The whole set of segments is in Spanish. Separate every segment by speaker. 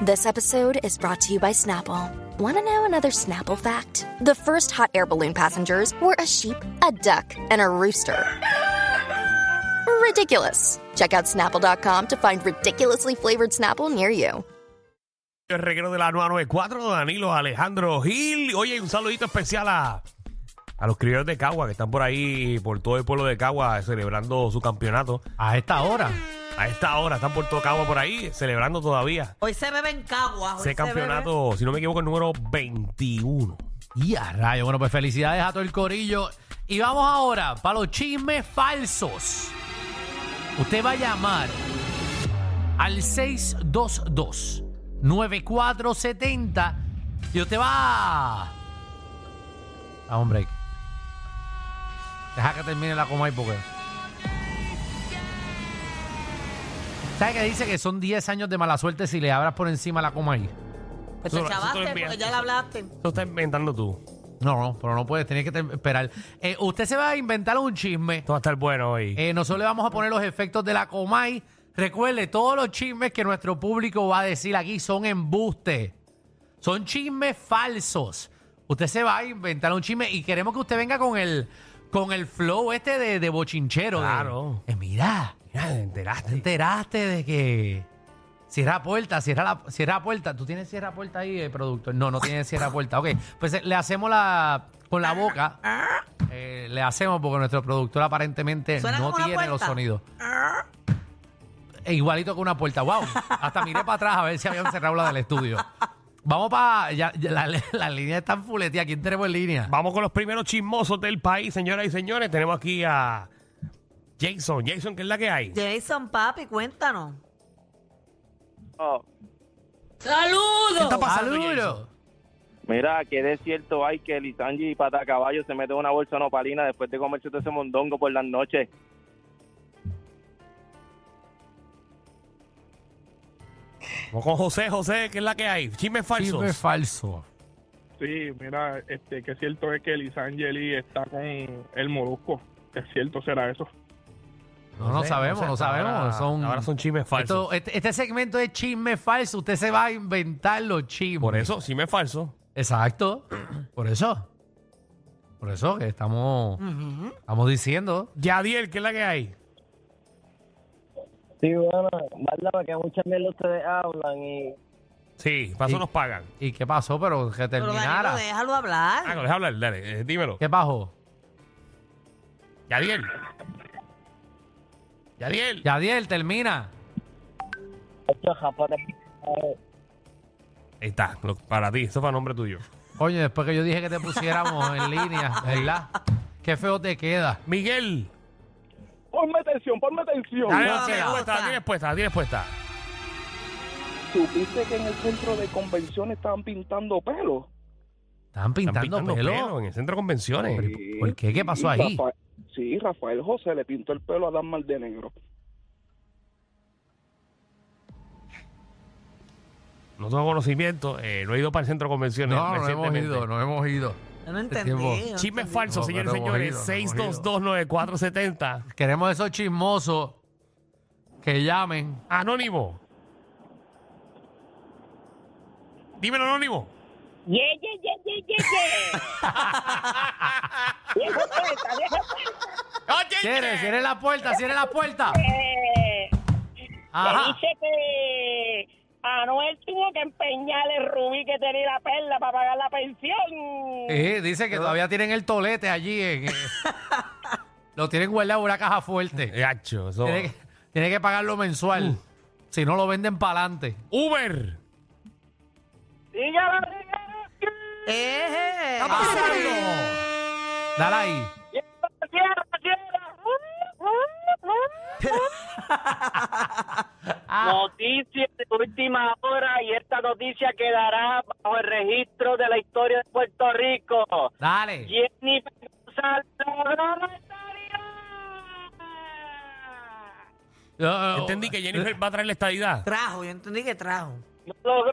Speaker 1: This episode is brought to you by Snapple. Want to know another Snapple fact? The first hot air balloon passengers were a sheep, a duck, and a rooster. Ridiculous. Check out snapple.com to find ridiculously flavored Snapple near you.
Speaker 2: El reguero de la 994, Danilo Alejandro Gil. Oye, y un saludito especial a, a los criollos de Cagua que están por ahí, por todo el pueblo de Cagua, celebrando su campeonato.
Speaker 3: A esta hora.
Speaker 2: A esta hora están por todo Cagua por ahí, celebrando todavía
Speaker 4: Hoy se bebe en Cagua. hoy
Speaker 2: ese
Speaker 4: se bebe.
Speaker 2: campeonato, si no me equivoco, el número 21.
Speaker 3: Y a rayo. Bueno, pues felicidades a todo el corillo. Y vamos ahora para los chismes falsos. Usted va a llamar al 622-9470 y usted va a... Dame un break. Deja que termine la coma ahí porque... ¿Sabes que dice que son 10 años de mala suerte si le abras por encima la coma ahí?
Speaker 4: Pues
Speaker 2: Eso-
Speaker 4: te
Speaker 2: eso tú lo
Speaker 4: chavaste,
Speaker 2: enviaste.
Speaker 4: porque ya le hablaste.
Speaker 2: Eso está inventando tú.
Speaker 3: No, no, pero no puedes, tienes que te- esperar. Eh, usted se va a inventar un chisme.
Speaker 2: Esto va a estar bueno hoy.
Speaker 3: Eh, nosotros le vamos a poner los efectos de la Comay. Recuerde, todos los chismes que nuestro público va a decir aquí son embustes. Son chismes falsos. Usted se va a inventar un chisme y queremos que usted venga con el, con el flow este de, de bochinchero. de,
Speaker 2: Claro.
Speaker 3: eh, mira,
Speaker 2: Ya te
Speaker 3: ¿te
Speaker 2: enteraste.
Speaker 3: enteraste de que cierra puerta, cierra la cierra puerta? ¿Tú tienes cierra puerta ahí, eh, productor? No, no tienes cierra puerta. Ok, pues eh, le hacemos la con la boca. eh, le hacemos porque nuestro productor aparentemente
Speaker 4: Suena
Speaker 3: no
Speaker 4: como una
Speaker 3: tiene los
Speaker 4: puerta.
Speaker 3: sonidos. E igualito que una puerta. Wow. Hasta miré para atrás a ver si habían cerrado la del estudio. Vamos para. Ya, ya la, la línea está en fuletía. ¿Quién tenemos en línea?
Speaker 2: Vamos con los primeros chismosos del país, señoras y señores. Tenemos aquí a Jason. Jason, ¿qué es la que hay?
Speaker 4: Jason, papi, cuéntanos.
Speaker 5: Oh,
Speaker 2: ¿Qué está pasando, Jason?
Speaker 3: ¡Saludos!
Speaker 5: mira, qué desierto hay que Lisanji y Patacaballo se mete una bolsa nopalina después de comerse todo ese mondongo por las noches.
Speaker 2: Vamos con José, José, ¿qué es la que hay? Chismes falsos.
Speaker 3: Chisme falso.
Speaker 6: Sí, mira, este, que cierto es que Lisangeli está con el molusco. ¿Qué cierto será eso?
Speaker 3: No, no
Speaker 2: sé,
Speaker 3: sabemos,
Speaker 2: sé.
Speaker 3: no sabemos.
Speaker 2: Ahora
Speaker 3: son,
Speaker 2: ahora son chismes falsos.
Speaker 3: Esto- este, este segmento es chisme falso. Usted se va a inventar los chismes.
Speaker 2: Por eso, chisme falso.
Speaker 3: e-, Exacto. Por eso. Por eso que estamos, estamos diciendo.
Speaker 2: Yadiel, ¿qué es la que hay?
Speaker 7: Sí, bueno, verdad, porque muchas veces ustedes hablan y
Speaker 2: Sí, paso
Speaker 3: Sí.
Speaker 2: nos pagan.
Speaker 3: ¿Y qué pasó? Pero que
Speaker 4: Pero
Speaker 3: terminara.
Speaker 4: Danilo, déjalo
Speaker 2: Ah,
Speaker 4: hablar.
Speaker 2: no, deja hablar, dale, eh, dímelo.
Speaker 3: ¿Qué pasó?
Speaker 2: Yadiel. Yadiel.
Speaker 3: Yadiel, termina.
Speaker 7: estos japoneses eh,
Speaker 2: Ahí está, lo- para ti, eso fue a nombre tuyo.
Speaker 3: Coño, después que yo dije que te pusiéramos en línea, ¿verdad? Qué feo te queda.
Speaker 2: Miguel.
Speaker 6: Ponme atención, ponme atención.
Speaker 2: Dale,
Speaker 4: no
Speaker 2: la
Speaker 4: me
Speaker 2: tienes
Speaker 4: gusta.
Speaker 2: puesta, la tienes puesta, la tienes puesta.
Speaker 6: ¿Supiste que en el centro de convenciones estaban pintando pelos?
Speaker 3: Están pintando,
Speaker 2: Están pintando
Speaker 3: pelo.
Speaker 2: pelo en el centro de convenciones.
Speaker 3: Pero, ¿Por qué? ¿Qué pasó
Speaker 6: Y
Speaker 3: ahí?
Speaker 6: Rafael- sí, Rafael José le pintó el pelo a Dan Mal de negro.
Speaker 2: No tengo conocimiento, eh, no he ido para el centro de convenciones.
Speaker 3: No, no hemos
Speaker 2: recientemente.
Speaker 3: ido, no hemos ido.
Speaker 4: Yo no
Speaker 2: este
Speaker 4: entendí.
Speaker 3: tiempo.
Speaker 4: yo no
Speaker 2: Chisme
Speaker 4: entendí.
Speaker 2: falso,
Speaker 3: No,
Speaker 2: señores y
Speaker 3: pero hemos
Speaker 2: señores.
Speaker 3: ido, hemos ido.
Speaker 2: 6229470.
Speaker 3: Queremos esos chismosos que llamen.
Speaker 2: Anónimo. Dímelo, Anónimo.
Speaker 8: Ye, ye, ye, ye, ye, ye. Viejo puerta, viejo puerta.
Speaker 3: Ah, Cierre, cierre la puerta, cierre la puerta.
Speaker 8: Eh, que
Speaker 3: Ajá.
Speaker 8: dice que Anuel tuvo que empeñar el rubí que tenía la perla para pagar la pensión.
Speaker 3: Eh, dice que todavía tienen el tolete allí. en, eh, lo tienen guardado en una caja fuerte.
Speaker 2: Gacho, eso.
Speaker 3: Tiene que, tiene que pagarlo mensual.
Speaker 2: Uh.
Speaker 3: Si no, lo venden para adelante.
Speaker 2: Uber.
Speaker 8: Dígalo, dígalo.
Speaker 4: Eje.
Speaker 3: Dale ahí.
Speaker 8: Cierra, cierra. Noticia de última noticia quedará bajo el registro de la historia de Puerto Rico.
Speaker 3: Dale.
Speaker 8: Jennifer González logró la estadidad.
Speaker 3: No, no,
Speaker 2: Entendí que Jennifer va a traer la estadidad.
Speaker 4: Trajo, yo entendí que trajo.
Speaker 8: No logró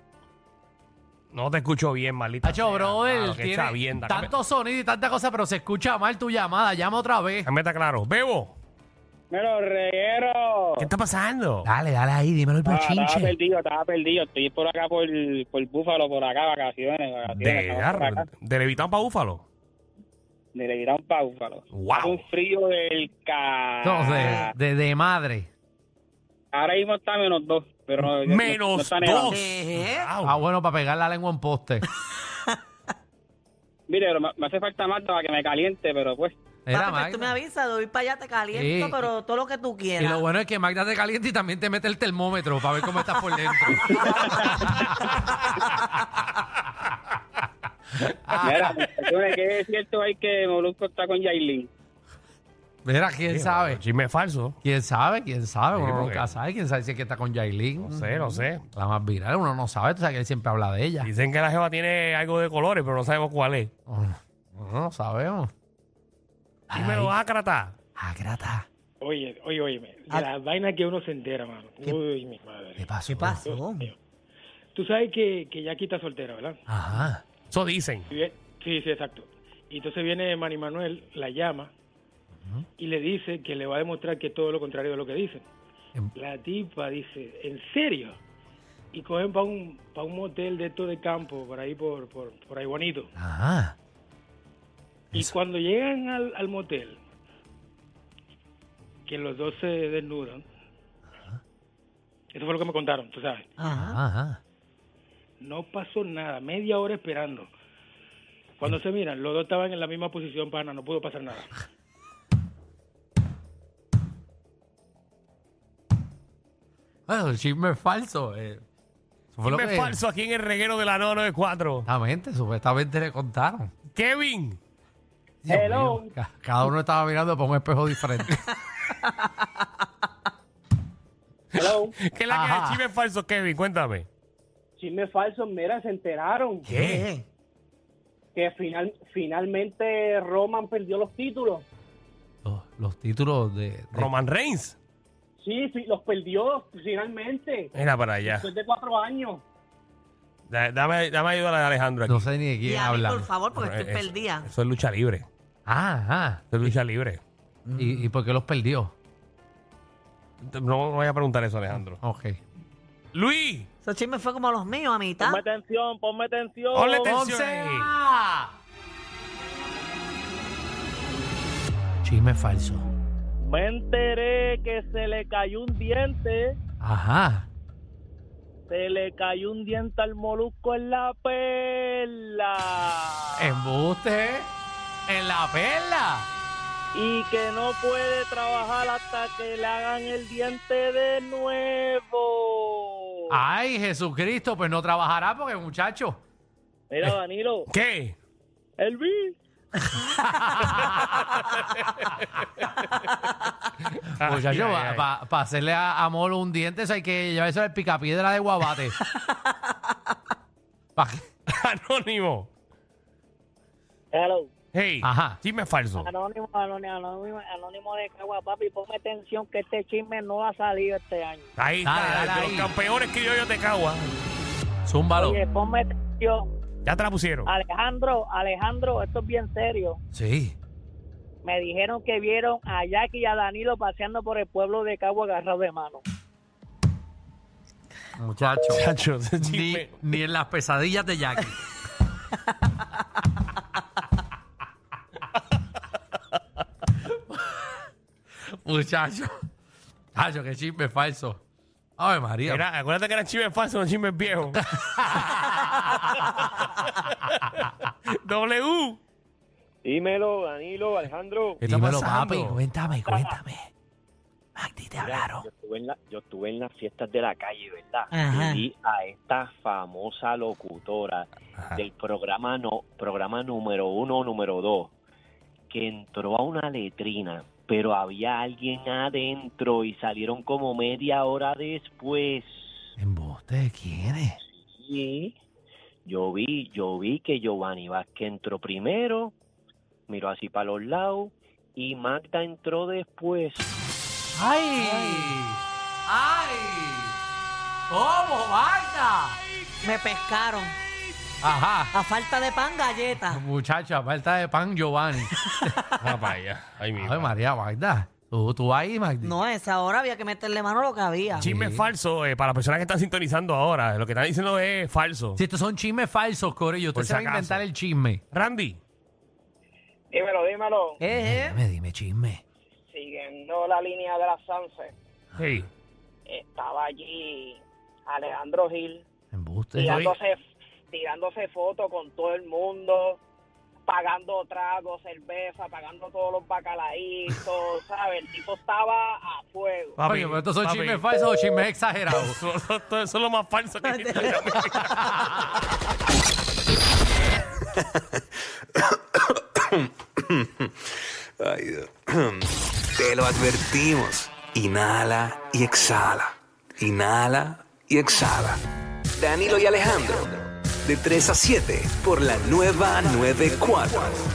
Speaker 2: No te escucho bien, Ah, malita.
Speaker 3: Hacho, bro, él tiene
Speaker 2: sabienda.
Speaker 3: tanto sonido y tanta cosa, pero se escucha mal tu llamada. Llama otra vez.
Speaker 2: Déjame estar claro. Bebo,
Speaker 5: Mira, reguero.
Speaker 2: ¿qué está pasando?
Speaker 3: Dale, dale ahí, dímelo el
Speaker 5: Ah, estaba perdido, estaba perdido. Estoy por acá, por, por Búfalo, por acá, vacaciones, vacaciones.
Speaker 2: De,
Speaker 5: estaba por acá.
Speaker 2: ar- de Levitán para Búfalo.
Speaker 5: De Levirán pa' Búfalo.
Speaker 2: Wow.
Speaker 5: Hace Un frío del ca...
Speaker 3: No, de, de- de madre.
Speaker 5: Ahora mismo está menos dos, pero... eh, no- no- no
Speaker 2: Menos
Speaker 5: está nevando.
Speaker 2: dos.
Speaker 4: Ejé.
Speaker 2: Wow.
Speaker 3: Ah, bueno, para pegar la lengua en poste.
Speaker 5: Mire, pero me me hace falta Marta para que me caliente, pero pues...
Speaker 3: Era
Speaker 4: Papi, pues tú me
Speaker 3: Magda.
Speaker 4: avisas, doy para allá, te caliento,
Speaker 3: Sí.
Speaker 4: pero todo lo que tú
Speaker 3: Y
Speaker 4: quieras.
Speaker 3: lo bueno es que Magda te calienta y también te mete el termómetro para ver cómo estás por dentro.
Speaker 5: Mira, muchachones, que es cierto hay que Molusco está con Yailin.
Speaker 3: Mira, quién
Speaker 2: Sí,
Speaker 3: sabe.
Speaker 2: Chisme falso.
Speaker 3: ¿Quién sabe? ¿Quién sabe?
Speaker 2: Sí,
Speaker 3: Uno
Speaker 2: porque-
Speaker 3: nunca sabe. ¿Quién sabe si es que está con Yailin?
Speaker 2: No sé, no sé.
Speaker 3: La más viral, uno no sabe. Tú sabes que él siempre habla de ella.
Speaker 2: Dicen que la jeva tiene algo de colores, pero no sabemos cuál es.
Speaker 3: No, no sabemos.
Speaker 2: Dímelo, Ácrata.
Speaker 3: Ah, grata.
Speaker 9: Oye, oye, oye, me- de
Speaker 4: Ah.
Speaker 9: las vainas que uno se entera, mano. Uy, mi
Speaker 3: ¿Qué
Speaker 9: madre.
Speaker 3: pasó?
Speaker 4: ¿Qué pasó?
Speaker 2: pues,
Speaker 9: Tú sabes que, que Jackie está soltera, ¿verdad?
Speaker 3: Ajá.
Speaker 2: Eso dicen.
Speaker 9: Y bien- Sí, sí, exacto. Y entonces viene Manny Manuel, la llama y le dice que le va a demostrar que es todo lo contrario de lo que dicen.
Speaker 3: Em-
Speaker 9: La tipa dice, ¿en serio? Y cogen para un, pa un motel de esto de campo, por ahí, por, por, por ahí bonito.
Speaker 3: Ajá.
Speaker 9: Y cuando llegan al, al motel, que los dos se desnudan, eso fue lo que me contaron, tú sabes.
Speaker 2: Ah.
Speaker 4: Ajá.
Speaker 3: Ajá.
Speaker 9: No pasó nada, media hora esperando. Cuando se miran, los dos estaban en la misma posición, pana, no pudo pasar nada.
Speaker 3: Bueno, el chisme es falso. eh. Eso fue lo
Speaker 2: Chisme
Speaker 3: que-
Speaker 2: falso aquí en el reguero de la 994.
Speaker 3: Exactamente, supuestamente le contaron.
Speaker 2: Kevin.
Speaker 3: Dios mío, ca- Cada uno estaba mirando por un espejo diferente.
Speaker 5: Hello,
Speaker 2: ¿Qué es la que
Speaker 3: Ajá.
Speaker 2: es chisme falso, Kevin? Cuéntame.
Speaker 5: chisme falso, mira, se enteraron
Speaker 4: ¿Qué?
Speaker 5: que final, finalmente Roman perdió los títulos.
Speaker 3: los, los títulos de, de-
Speaker 2: Roman Reigns.
Speaker 5: Sí, sí, los perdió finalmente,
Speaker 2: Mira para allá.
Speaker 5: de cuatro años.
Speaker 2: Da- Dame, dame ayuda a Alejandro aquí.
Speaker 3: No sé ni de
Speaker 4: Y
Speaker 3: quién
Speaker 4: a mí,
Speaker 3: hablan.
Speaker 4: por favor, porque estoy
Speaker 2: Eso-
Speaker 4: perdida.
Speaker 2: Eso es lucha libre.
Speaker 3: Ajá.
Speaker 2: Eso es lucha libre.
Speaker 3: ah, ¿Y, ¿Y por qué los perdió?
Speaker 2: No, no voy a preguntar eso, Alejandro.
Speaker 3: Ok.
Speaker 2: Luis,
Speaker 4: Esos chismes fue como los míos, a mitad.
Speaker 5: Ponme atención, ponme atención.
Speaker 2: ponle atención.
Speaker 3: ¡Once
Speaker 2: ahí.
Speaker 3: A! Chisme falso.
Speaker 5: Me enteré que se le cayó un diente,
Speaker 3: Ajá.
Speaker 5: se le cayó un diente al molusco en la perla.
Speaker 3: Embuste. En la perla.
Speaker 5: y que no puede trabajar hasta que le hagan el diente de nuevo.
Speaker 3: Ay, Jesucristo, pues no trabajará porque, muchacho.
Speaker 5: Mira, Danilo,
Speaker 2: ¿Qué?
Speaker 5: Elvis.
Speaker 3: Muchacho,
Speaker 2: Ah, Ay,
Speaker 3: para
Speaker 2: ay,
Speaker 3: hacerle a, a Molo un diente, eso hay que llevarse el picapiedra de guabate. Pa' que-
Speaker 2: ay. Anónimo.
Speaker 8: Hello.
Speaker 2: Hey,
Speaker 3: Ajá.
Speaker 2: chisme falso.
Speaker 8: Anónimo, anónimo, anónimo, anónimo de Cagua, papi, ponme atención que este chisme no ha salido este año.
Speaker 2: Ahí está,
Speaker 3: Dale, dale
Speaker 2: de los
Speaker 3: ahí.
Speaker 2: campeones que yo, yo te cago. ah.
Speaker 3: Zúmbalo.
Speaker 8: Oye, ponme atención.
Speaker 2: Ya te la pusieron.
Speaker 8: Ah. Alejandro, Alejandro, esto es bien serio.
Speaker 3: Sí.
Speaker 8: Me dijeron que vieron a Jackie y a Danilo paseando por el pueblo de Cagua agarrados de mano.
Speaker 3: Muchacho.
Speaker 2: Chacho, ese
Speaker 3: Ni,
Speaker 2: chisme.
Speaker 3: ni en las pesadillas de Jackie. Muchacho. Muchacho, qué chisme falso. Ay, María.
Speaker 2: Era- acuérdate que eran chismes falsos, no chismes viejos. w.
Speaker 5: Dímelo, Danilo, Alejandro.
Speaker 2: ¿Qué está
Speaker 3: Dímelo,
Speaker 2: pasando?
Speaker 3: papi. Cuéntame, cuéntame. Magdi, te hablaron.
Speaker 9: Yo estuve, en la- yo estuve en las fiestas de la calle, ¿verdad?
Speaker 4: Ajá.
Speaker 9: Y vi a esta famosa locutora
Speaker 2: Ajá.
Speaker 9: del programa, no, programa número uno, número dos, que entró a una letrina, pero había alguien adentro y salieron como media hora después.
Speaker 3: ¿Embuste? ¿Quién es?
Speaker 5: vi, yo vi, yo vi que Giovanni Vázquez entró primero, miró así para los lados y Magda entró después.
Speaker 3: ¡Ay! ¡Ay! ¿Cómo, Magda?
Speaker 4: Me pescaron.
Speaker 3: Ajá.
Speaker 4: A falta de pan, galleta.
Speaker 3: Muchacho, a falta de pan, Giovanni.
Speaker 2: Ah, para allá. Ahí mismo.
Speaker 3: Ay, María Magda. Tú, tú ahí, Magda.
Speaker 4: No, esa hora había que meterle mano lo que había.
Speaker 2: Chisme
Speaker 3: Sí.
Speaker 2: falso eh, para las personas que están sintonizando ahora. Lo que están diciendo es falso.
Speaker 3: Si estos son chismes falsos, Corillo, usted
Speaker 2: Por si
Speaker 3: se va a
Speaker 2: acaso.
Speaker 3: inventar el chisme.
Speaker 2: Randy,
Speaker 8: Dímelo, dímelo.
Speaker 4: Eh, eh.
Speaker 3: Dime, dime chisme.
Speaker 8: Siguiendo la línea de la Sanse,
Speaker 2: hey,
Speaker 8: estaba allí Alejandro Gil
Speaker 3: Embuste.
Speaker 8: tirándose, tirándose fotos con todo el mundo, pagando tragos, cerveza, pagando todos los bacalaitos, ¿sabes? El tipo estaba a fuego.
Speaker 2: papi,
Speaker 3: Oye, pero estos son
Speaker 2: papi.
Speaker 3: chismes falsos o chismes exagerados.
Speaker 2: Eso, eso- eso es lo más falso que he visto en mi vida.
Speaker 6: Ay, Dios. Te lo advertimos. Inhala y exhala. Inhala y exhala. Danilo y Alejandro. De 3 a 7 por la nueva 94.